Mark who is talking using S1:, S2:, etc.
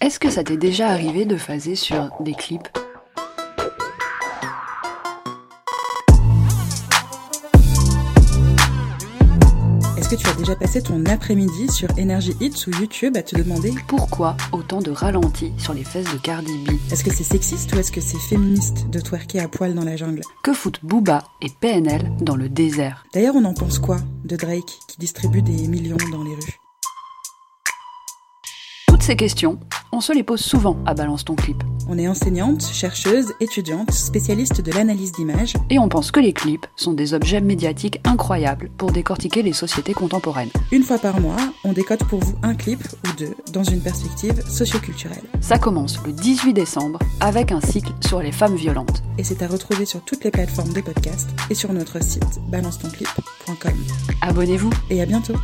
S1: Est-ce que ça t'est déjà arrivé de phaser sur des clips
S2: Est-ce que tu as déjà passé ton après-midi sur Energy Hits ou YouTube à te demander
S1: Pourquoi autant de ralentis sur les fesses de Cardi B
S2: est-ce que c'est sexiste ou est-ce que c'est féministe de twerker à poil dans la jungle
S1: Que foutent Booba et PNL dans le désert
S2: D'ailleurs, on en pense quoi de Drake qui distribue des millions dans les rues
S1: Toutes ces questions, on se les pose souvent à Balance ton clip.
S2: On est enseignante, chercheuse, étudiante, spécialiste de l'analyse d'images.
S1: Et on pense que les clips sont des objets médiatiques incroyables pour décortiquer les sociétés contemporaines.
S2: Une fois par mois, on décode pour vous un clip ou deux dans une perspective socioculturelle.
S1: Ça commence le 18 décembre avec un cycle sur les femmes violentes.
S2: Et c'est à retrouver sur toutes les plateformes de podcast et sur notre site balancetonClip.com.
S1: Abonnez-vous
S2: Et à bientôt